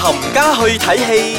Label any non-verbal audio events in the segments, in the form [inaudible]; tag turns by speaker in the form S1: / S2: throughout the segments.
S1: 冚家去睇戲，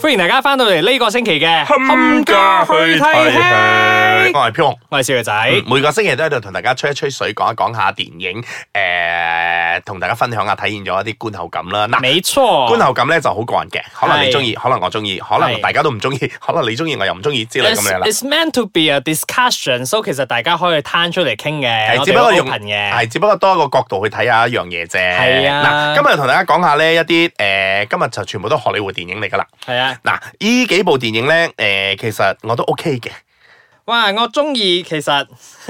S2: 歡迎大家翻到嚟呢個星期嘅
S3: 冚家去睇戲
S2: 戲
S3: 我係飄紅，嗯
S2: 我係小嘅仔，
S3: 每個星期都喺度同大家吹一吹水，講一講下電影，诶、同大家分享下體驗咗一啲觀後感啦。嗱，
S2: 沒錯，
S3: 觀後感咧就好個人嘅，可能
S2: 係
S3: 你中意，可能我中意，可能
S2: 係
S3: 大家都唔中意， [laughs] 可能你中意我又唔中意之類咁樣啦
S2: It's-。It's meant to be a discussion，so 其實大家可以攤出嚟傾嘅，
S3: 係
S2: 我
S3: 只
S2: 哋
S3: 不過
S2: 好
S3: 用
S2: open
S3: 係
S2: 嘅，
S3: 只不過多一個角度去睇下一樣嘢啫。
S2: 係啊
S3: 嗱，今日同大家講下呢一啲诶、今日就全部都荷里活電影嚟噶啦。
S2: 係啊，
S3: 嗱，呢幾部電影咧，诶、其實我都 OK 嘅。
S2: 哇，我中意其實 [laughs]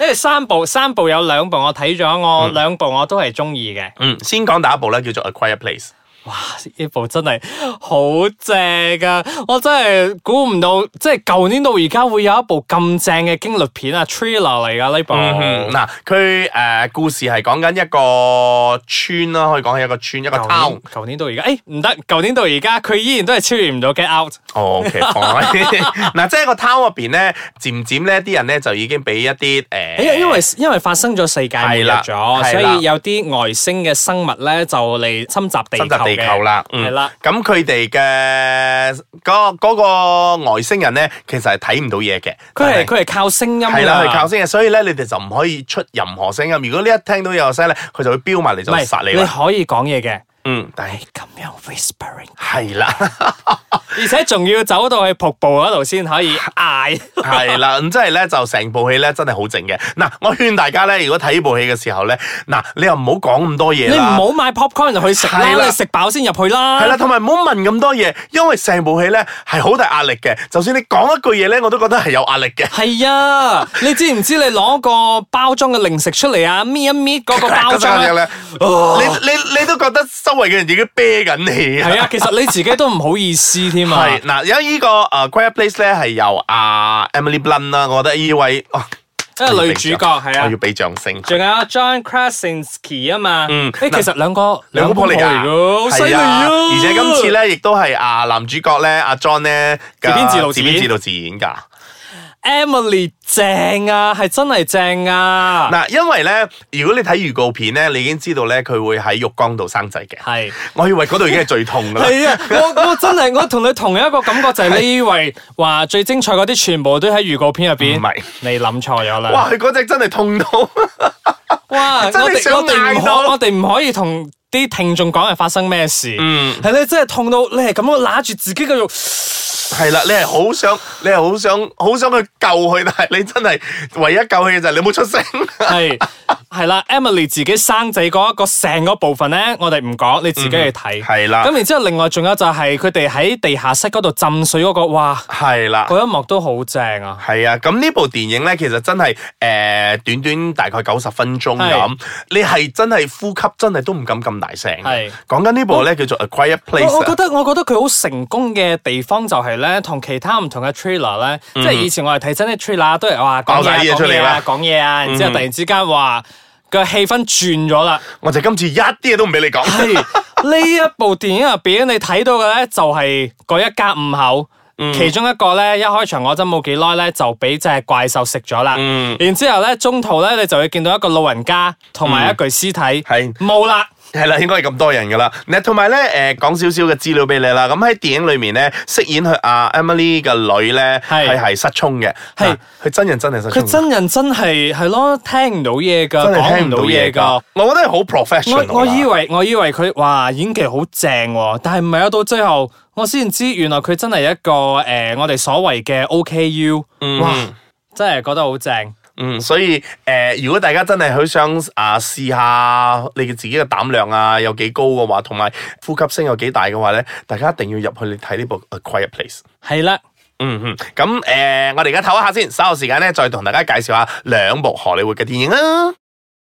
S2: 因為三部三部有兩部我睇咗，我兩部我都係中意嘅，
S3: 嗯，先講第一部咧，叫做《A Quiet Place》。
S2: 哇，呢部真係好正噶，我真係估唔到，即係舊年到而家會有一部咁正嘅驚慄片啊，thriller 嚟噶呢部。
S3: 嗯哼，嗱，佢誒故事係講緊一個村啦，可以講係一個村一個
S2: 舊年
S3: town。
S2: 舊年到而家，誒唔得，舊年到而家佢依然都係超越唔到 Get Out。
S3: 哦，OK，fine [laughs] 嗱，即係個 town 入邊咧，漸漸咧啲人咧就已經俾一啲呃誒，
S2: 因因為因為發生咗世界末日
S3: 係啦
S2: 咗，
S3: 係
S2: 所
S3: 啦
S2: 以有啲外星嘅生物咧就嚟侵襲地球
S3: 深入地
S2: 嘅。
S3: 球啦，嗯
S2: 係啦，
S3: 咁佢哋嘅嗰嗰個外星人咧，其實係睇唔到嘢
S2: 佢
S3: 嘅，
S2: 係
S3: 但係
S2: 佢係靠聲音㗎
S3: 係啦，係靠聲嘅，所以咧你哋就唔可以出任何聲音。如果呢一聽到有聲咧，佢就會飆埋嚟
S2: 唔
S3: 就殺
S2: 係
S3: 你
S2: 你
S3: 啦。
S2: 可以講嘢嘅，
S3: 嗯，但係
S2: 係咁樣 whispering，
S3: 係啦。
S2: 而且仲要走到去瀑布嗰度先可以嗌。
S3: 系啦，咁即系咧就成部戲咧真係好靜嘅。嗱，我勸大家咧，如果睇呢部戲嘅時候咧，嗱，你又唔好講咁多嘢
S2: 你唔
S3: 啦。
S2: 好啊買 popcorn 就去食
S3: 係
S2: 啦，
S3: 啦
S2: 你食飽先入去啦。
S3: 係啦，同埋唔好問咁多嘢，因為成部戲咧係好大壓力嘅。就算你講一句嘢咧，我都覺得係有壓力嘅。
S2: 係啊，你知唔知你攞個包裝嘅零食出嚟啊？搣一搣嗰個包裝
S3: [laughs] 嗰
S2: 呢
S3: 陣咧，
S2: 哦
S3: 你你你都覺得周圍嘅人已經啤緊你啊。
S2: 係啊，其實你自己都唔好意思添啊。
S3: 係嗱，有呢個誒 Quiet Place 咧係由阿 Emily Blunt 啦，我覺得呢位哦，
S2: 即係女主角係
S3: 我
S2: 啊
S3: 要，俾掌聲。
S2: 仲有 John Krasinski 啊嘛。
S3: 嗯
S2: 誒
S3: 嗱
S2: 其實兩個兩
S3: 兩
S2: 個
S3: 公婆嚟㗎，
S2: 㗎好犀利
S3: 係
S2: 啊！
S3: 而且今次咧，亦都係啊男主角咧，阿 John 咧嘅
S2: 自編自導
S3: 自
S2: 自
S3: 編
S2: 演
S3: 自導自演㗎。
S2: Emily 正啊，係真係正啊。
S3: 嗱，因為咧，如果你睇預告片咧，你已經知道咧，佢會喺浴缸度生仔嘅。 [laughs]
S2: 係
S3: 我以為嗰度已經係最痛㗎啦。
S2: 係啊，我我真係我同你同一個感覺就係你以為話最精彩嗰啲全部都喺預告片入邊，
S3: 唔係
S2: 你諗錯咗啦。
S3: 哇！佢嗰隻真
S2: [laughs]
S3: 係痛到，
S2: 哇！我
S3: 真係
S2: 哋
S3: 想
S2: 我哋唔
S3: 嗌到
S2: 可我哋唔可以同啲聽眾講係發生咩事，
S3: 嗯
S2: 係咧、真係痛到你係咁樣揦住自己嘅肉，
S3: 係啦，你係好想，你係好想，好想去救佢，但係你真係唯一救佢嘅就係你冇出聲。
S2: 係係啦，Emily 自己生仔嗰一個成個部分咧，我哋唔講，你自己去睇。
S3: 嗯係啦
S2: 咁然之後，另外仲有就係佢哋喺地下室嗰度浸水嗰、個，哇！
S3: 係啦。
S2: 嗰一幕都好正啊！
S3: 係啊，咁呢部電影咧，其實真係诶、呃短短大概九十分鐘咁
S2: 係，
S3: 你係真係呼吸真係都唔敢咁大聲。
S2: 係
S3: 講緊呢部咧叫做《A Quiet
S2: 我
S3: Place
S2: 我覺
S3: 啊》。
S2: 得我覺得佢好成功嘅地方就係咧，同其他唔同嘅 trailer 咧，即係以前我哋睇真啲 trailer 都係話
S3: 嗯爆
S2: 講
S3: 晒啲
S2: 嘢
S3: 嘢
S2: 啊
S3: 出
S2: 講
S3: 嚟
S2: 嘢
S3: 啦
S2: 啊講嘢啊，然之後突然之間話個氣氛轉咗啦。
S3: 我就今次一啲嘢都唔俾你講。
S2: 係 [laughs] 呢一部電影入邊你睇到嘅咧就係嗰一家五口。
S3: 嗯
S2: 其中一個咧，一開場嗰陣冇幾耐咧，就俾只怪獸食咗啦。
S3: 嗯
S2: 然之後咧，中途咧，你就會見到一個老人家同埋一具屍體，
S3: 嗯係
S2: 冇啦。
S3: [laughs] 係啦，應該係咁多人噶啦。嗱，同埋咧，诶、講少少嘅資料俾你啦。咁喺電影裏面咧，飾演佢阿 Emily 嘅女咧，
S2: 係
S3: 係係失聰嘅，
S2: 係
S3: 嗱佢真人真係失
S2: 佢
S3: 聰嘅，
S2: 真人真係係咯，聽唔到嘢㗎，
S3: 嗯真係
S2: 講
S3: 聽
S2: 唔
S3: 唔
S2: 到
S3: 到嘢
S2: 嘢
S3: 㗎
S2: 㗎。。
S3: 我覺得係好 professional 啊
S2: 我我以
S3: 啦
S2: 為我以為佢哇演技好正喎，但係唔係啊，到最後我先知原來佢真係一個诶、呃我哋所謂嘅 OKU，、哇，真係覺得好正。
S3: 嗯，所以誒、呃如果大家真係好想啊試下你嘅自己嘅膽量啊有幾高嘅話，同埋呼吸聲有幾大嘅話咧，大家一定要入去你睇呢部《A Quiet Place》。
S2: 係啦，
S3: 嗯嗯，咁誒、呃我哋而家唞一下先，稍後時間咧再同大家介紹下兩部荷里活嘅電影啦。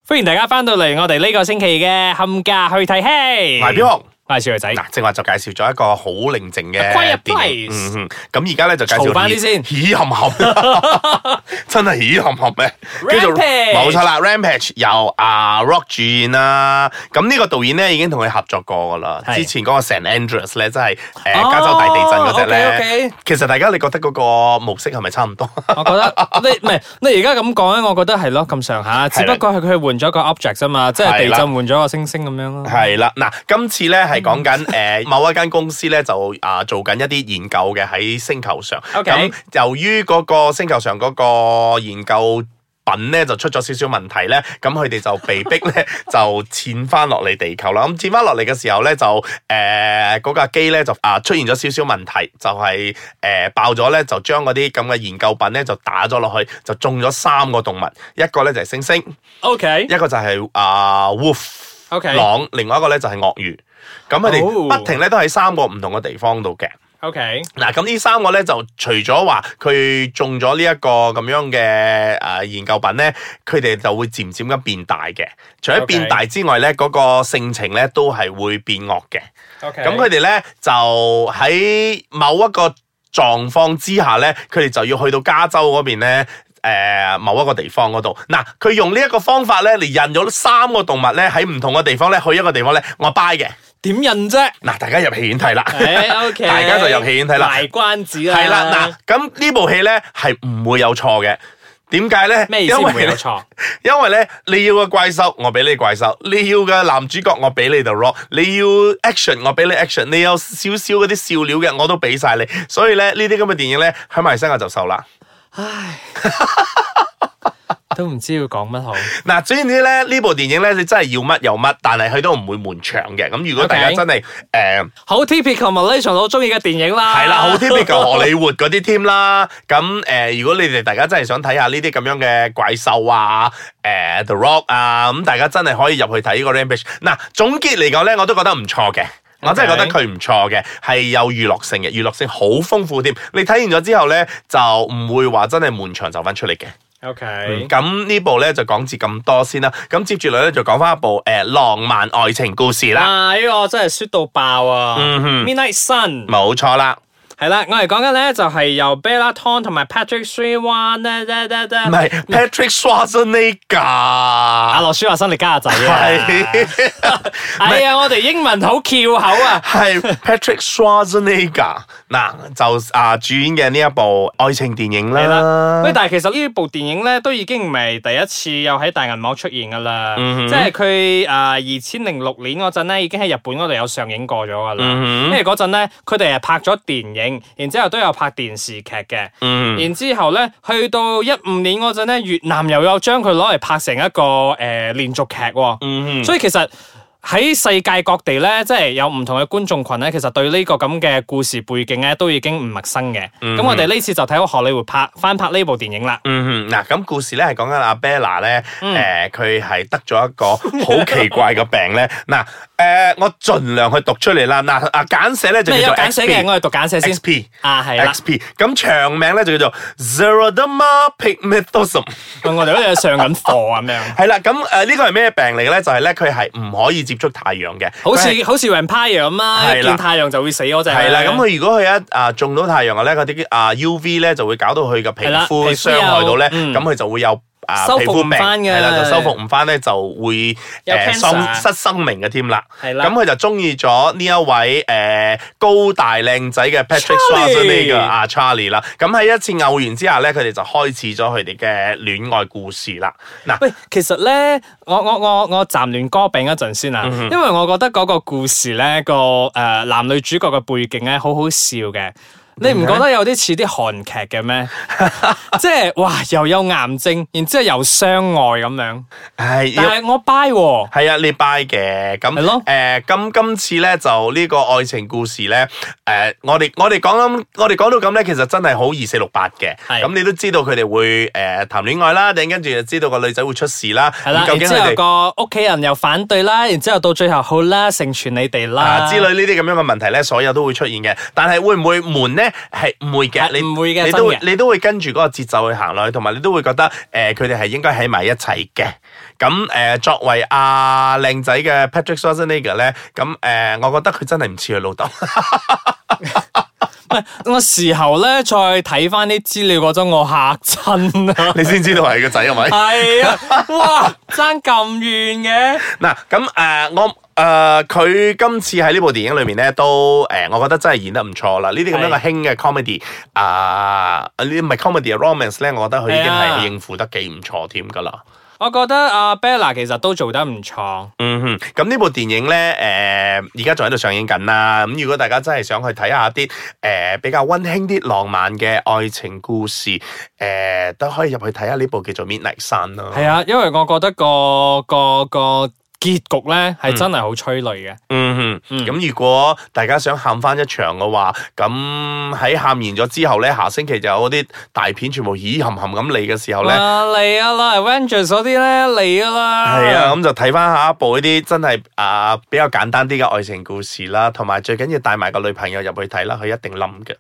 S2: 歡迎大家翻到嚟我哋呢個星期嘅冚家去睇戲。
S3: 埋標紅，
S2: 我係小女仔，
S3: 嗱，正話就介紹咗一個好寧靜嘅
S2: Quiet
S3: 電影
S2: Place
S3: 嗯哼咁而家咧就介紹
S2: 嘈返啲先
S3: 喜冚冚， [laughs] 真係喜冚冚咧，
S2: Rampage
S3: 冇錯啦，Rampage 由啊 Rock 主演啦，咁呢個導演咧已經同佢合作過噶啦，
S2: 係
S3: 之前嗰個 San Andreas 咧，即係
S2: 哦
S3: 誒加州大地震嗰只
S2: OK，OK
S3: 咧，其實大家你覺得嗰個模式係咪差唔多？
S2: 我覺得 [laughs] 你唔係你而家咁講咧，我覺得係咯咁上下，只不過係佢換咗個 object 啫嘛，即係地
S3: 係啦
S2: 震換咗個星星咁樣咯。
S3: 係啦，嗱，今次咧係講緊誒某一間公司咧就啊、做緊一啲研究嘅喺星球上，咁
S2: OK
S3: 由於嗰個星球上嗰個研究。品咧就出咗少少問題咧，咁佢哋就被逼咧 [laughs] 就濺翻落嚟地球啦。咁濺翻落嚟嘅時候咧就誒嗰架機咧就啊出現咗少少問題，就係、誒爆咗咧，就將嗰啲咁嘅研究品咧就打咗落去，就中咗三個動物，一個咧就係猩猩，
S2: OK
S3: 一個就係、啊、wolf。
S2: OK
S3: 狼，另外一個咧就係鱷魚。咁佢
S2: 哦
S3: 哋不停咧都喺三個唔同嘅地方度嘅。
S2: OK，
S3: 嗱，咁呢三個咧就除咗話佢中咗呢一個咁樣嘅誒、呃研究品咧，佢哋就會漸漸咁變大嘅。除咗
S2: OK
S3: 變大之外咧，嗰、個性情咧都係會變惡嘅。
S2: OK，
S3: 咁佢哋咧就喺某一個狀況之下咧，佢哋就要去到加州嗰邊咧。誒、某一個地方嗰度，嗱佢用呢一個方法咧嚟印咗三個動物咧喺唔同嘅地方咧去一個地方咧，我 buy 嘅。
S2: 點
S3: [laughs]
S2: 印啫？
S3: 嗱，大家入戲院睇啦，
S2: 誒 OK，
S3: [laughs] 大家就入戲院睇啦
S2: 賣關子啦，
S3: 係啦，嗱，咁呢部戲咧係唔會有錯嘅。點解咧？
S2: 咩意思唔
S3: 因為
S2: 會有
S3: 呢 [laughs]
S2: 錯？
S3: 因為咧，你要個怪獸，我俾你怪獸；你要嘅男主角，我俾你 The Rock；你要 action，我俾你 action；你有少少嗰啲笑料嘅，我都俾晒你。所以咧，呢啲咁嘅電影咧，喺馬來西亞就受啦。
S2: 唉，都唔知要講乜好。
S3: 嗱，總言之咧，呢部電影咧，你真係要乜有乜，但係佢都唔會悶場嘅。咁如果大家
S2: OK
S3: 真係誒，呃
S2: 好 typical Malaysia 好中意嘅電影啦，
S3: 係啦，好 typical 荷里活嗰啲添啦。咁誒、呃如果你哋大家真係想睇下呢啲咁樣嘅怪獸啊，誒、The Rock 啊，咁大家真係可以入去睇呢個 Rampage。嗱，總結嚟講咧，我都覺得唔錯嘅。我真係覺得佢唔錯嘅，係有娛樂性嘅，娛樂性好豐富添。你睇完咗之後咧，就唔會話真係悶場走翻出嚟嘅。
S2: [laughs] OK，
S3: 咁呢部咧就講至咁多先啦。咁接住嚟咧就講翻一部誒、呃浪漫愛情故事啦。
S2: 啊，呢個真係説到爆啊
S3: 嗯哼
S2: ！Midnight Sun
S3: 冇錯啦，
S2: 係啦，我哋講緊咧就係由 Bella Thorne 同埋 Patrick Swayze 咧咧咧咧，
S3: 唔係 Patrick Schwarzenegger
S2: 阿。洛舒華辛力加嘅仔啊！
S3: 係
S2: 哎呀，我哋英文好翹口
S3: [laughs]
S2: 啊！
S3: 係 Patrick Schwarzenegger 嗱，就啊主演嘅呢一部愛情電影
S2: 係啦，喂，
S3: 啦。
S2: 但係其實呢部電影咧都已經唔係第一次又喺大銀幕出現噶啦，
S3: 嗯哼
S2: 即係佢啊二千零六年嗰陣咧已經喺日本嗰度有上映過咗噶啦，
S3: 嗯
S2: 因為嗰陣咧佢哋係拍咗電影，然之後都有拍電視劇嘅。
S3: 嗯，
S2: 然之後咧，去到一五年嗰陣咧，越南又有將佢攞嚟拍成一個誒、呃、連續劇喎、
S3: 嗯
S2: 所以其實喺世界各地咧，即係有唔同嘅觀眾群咧，其實對呢個咁嘅故事背景咧，都已經唔陌生嘅。咁、我哋呢次就睇好荷里活拍翻拍呢部電影啦。
S3: 嗯哼，嗱，咁故事咧係講緊阿 Bella 咧，
S2: 嗯
S3: 誒，佢係得咗一個好奇怪嘅病咧。嗱，誒，我盡量去讀出嚟啦。嗱，啊簡寫咧就
S2: 咩有
S3: 叫做
S2: 簡寫嘅？
S3: XP
S2: 我哋讀簡寫先。
S3: XP
S2: 啊，係啦，
S3: XP，咁長名咧就叫做 Xeroderma pigmentosum。
S2: 我哋好似上緊課咁樣，
S3: 係啦，咁誒呢個係咩病嚟嘅咧？就係咧佢係唔可以接觸太陽嘅，
S2: 好
S3: [laughs] 佢係
S2: 似好似 vampire 咁啦，一
S3: 係啦
S2: 見太陽就會死嗰只。啊
S3: 係啦，咁佢如果佢一啊中到太陽嘅咧，嗰啲啊 UV 咧就會搞到佢嘅皮
S2: 係啦皮膚
S3: 膚傷害到咧，
S2: 有嗯
S3: 咁佢就會有啊
S2: 修復
S3: 皮膚
S2: 唔
S3: 病，
S2: 返嘅
S3: 係啦，就修復唔翻咧就會
S2: 有
S3: 誒
S2: cancer
S3: 生失生命嘅添啦。
S2: 係啦
S3: 咁佢就中意咗呢一位誒高大靚仔嘅 Patrick
S2: Charlie
S3: Schwarzenegger 啊 Charlie 啦。咁喺一次偶然之下咧，佢哋就開始咗佢哋嘅戀愛故事啦。嗱，
S2: 喂，其實咧，我我我我暫亂歌柄一陣先啊，
S3: 嗯
S2: 因為我覺得嗰個故事咧個誒男女主角嘅背景咧好好笑嘅。你唔覺得有啲似啲韓劇嘅咩？ [laughs] 即係哇，又有癌症，然之後又相愛咁樣。
S3: 唉，要
S2: 但係我 buy 喎，
S3: 係啊，你 buy 嘅咁
S2: 係咯
S3: 誒，咁今次咧就呢個愛情故事咧，誒、我哋我哋講咁，我哋講到咁咧，其實真係好二四六八嘅。
S2: 係
S3: 咁你都知道佢哋會誒、談戀愛啦，跟住就知道個女仔會出事啦。
S2: 係啦，
S3: 嗯咁究
S2: 然
S3: 竟
S2: 之
S3: 佢
S2: 後
S3: 哋
S2: 個屋企人又反對啦，然之後到最後好啦，成全你哋啦
S3: 啊之類呢啲咁樣嘅問題咧，所有都會出現嘅。但係會唔會悶咧？係唔會嘅，
S2: 係
S3: 你
S2: 啊唔會嘅
S3: 你都會
S2: 真嘅
S3: 你都會跟住嗰個節奏去行落去，同埋你都會覺得誒，佢哋係應該喺埋一齊嘅。咁誒、呃作為阿靚仔嘅 Patrick Schwarzenegger 咧，咁誒、呃我覺得佢真係唔似佢老
S2: [laughs]
S3: 豆。
S2: 唔係我事後咧再睇翻啲資料嗰陣，我嚇親啊！
S3: 你先知道係個仔係咪？
S2: 係啊，哇，爭咁遠嘅，
S3: 嗱，咁誒、呃我誒佢、今次喺呢部電影裏面咧，都誒、呃我覺得真係演得唔錯啦。呢啲咁樣嘅
S2: 係輕
S3: 輕嘅 comedy 啊、呢唔係 comedy 啊 romance 咧，我覺得佢已經
S2: 係啊
S3: 係應付得幾唔錯添㗎啦。
S2: 我覺得阿 Bella 其實都做得唔錯。
S3: 嗯哼，咁呢部電影咧，誒而家仲喺度上映緊啦。咁如果大家真係想去睇下啲誒、呃比較温馨啲、浪漫嘅愛情故事，誒、都可以入去睇下呢部叫做《Midnight Sun》啦。
S2: 係啊，因為我覺得個個個結局咧係真係好催淚嘅。
S3: 嗯哼，
S2: 嗯
S3: 咁如果大家想喊翻一場嘅話，咁喺喊完咗之後咧，下星期就有嗰啲大片全部咦冚冚咁嚟嘅時候咧，
S2: 啊嚟啊啦，Avengers 嗰啲咧嚟啊啦，
S3: 係啊，咁就睇翻下一部呢啲真係啊比較簡單啲嘅愛情故事啦，同埋最緊要帶埋個女朋友入去睇啦，佢一定冧嘅。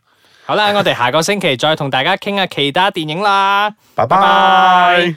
S2: 好啦，我哋下個星期再同大家傾下其他電影啦，
S3: 拜
S2: 拜
S3: 拜
S2: 拜。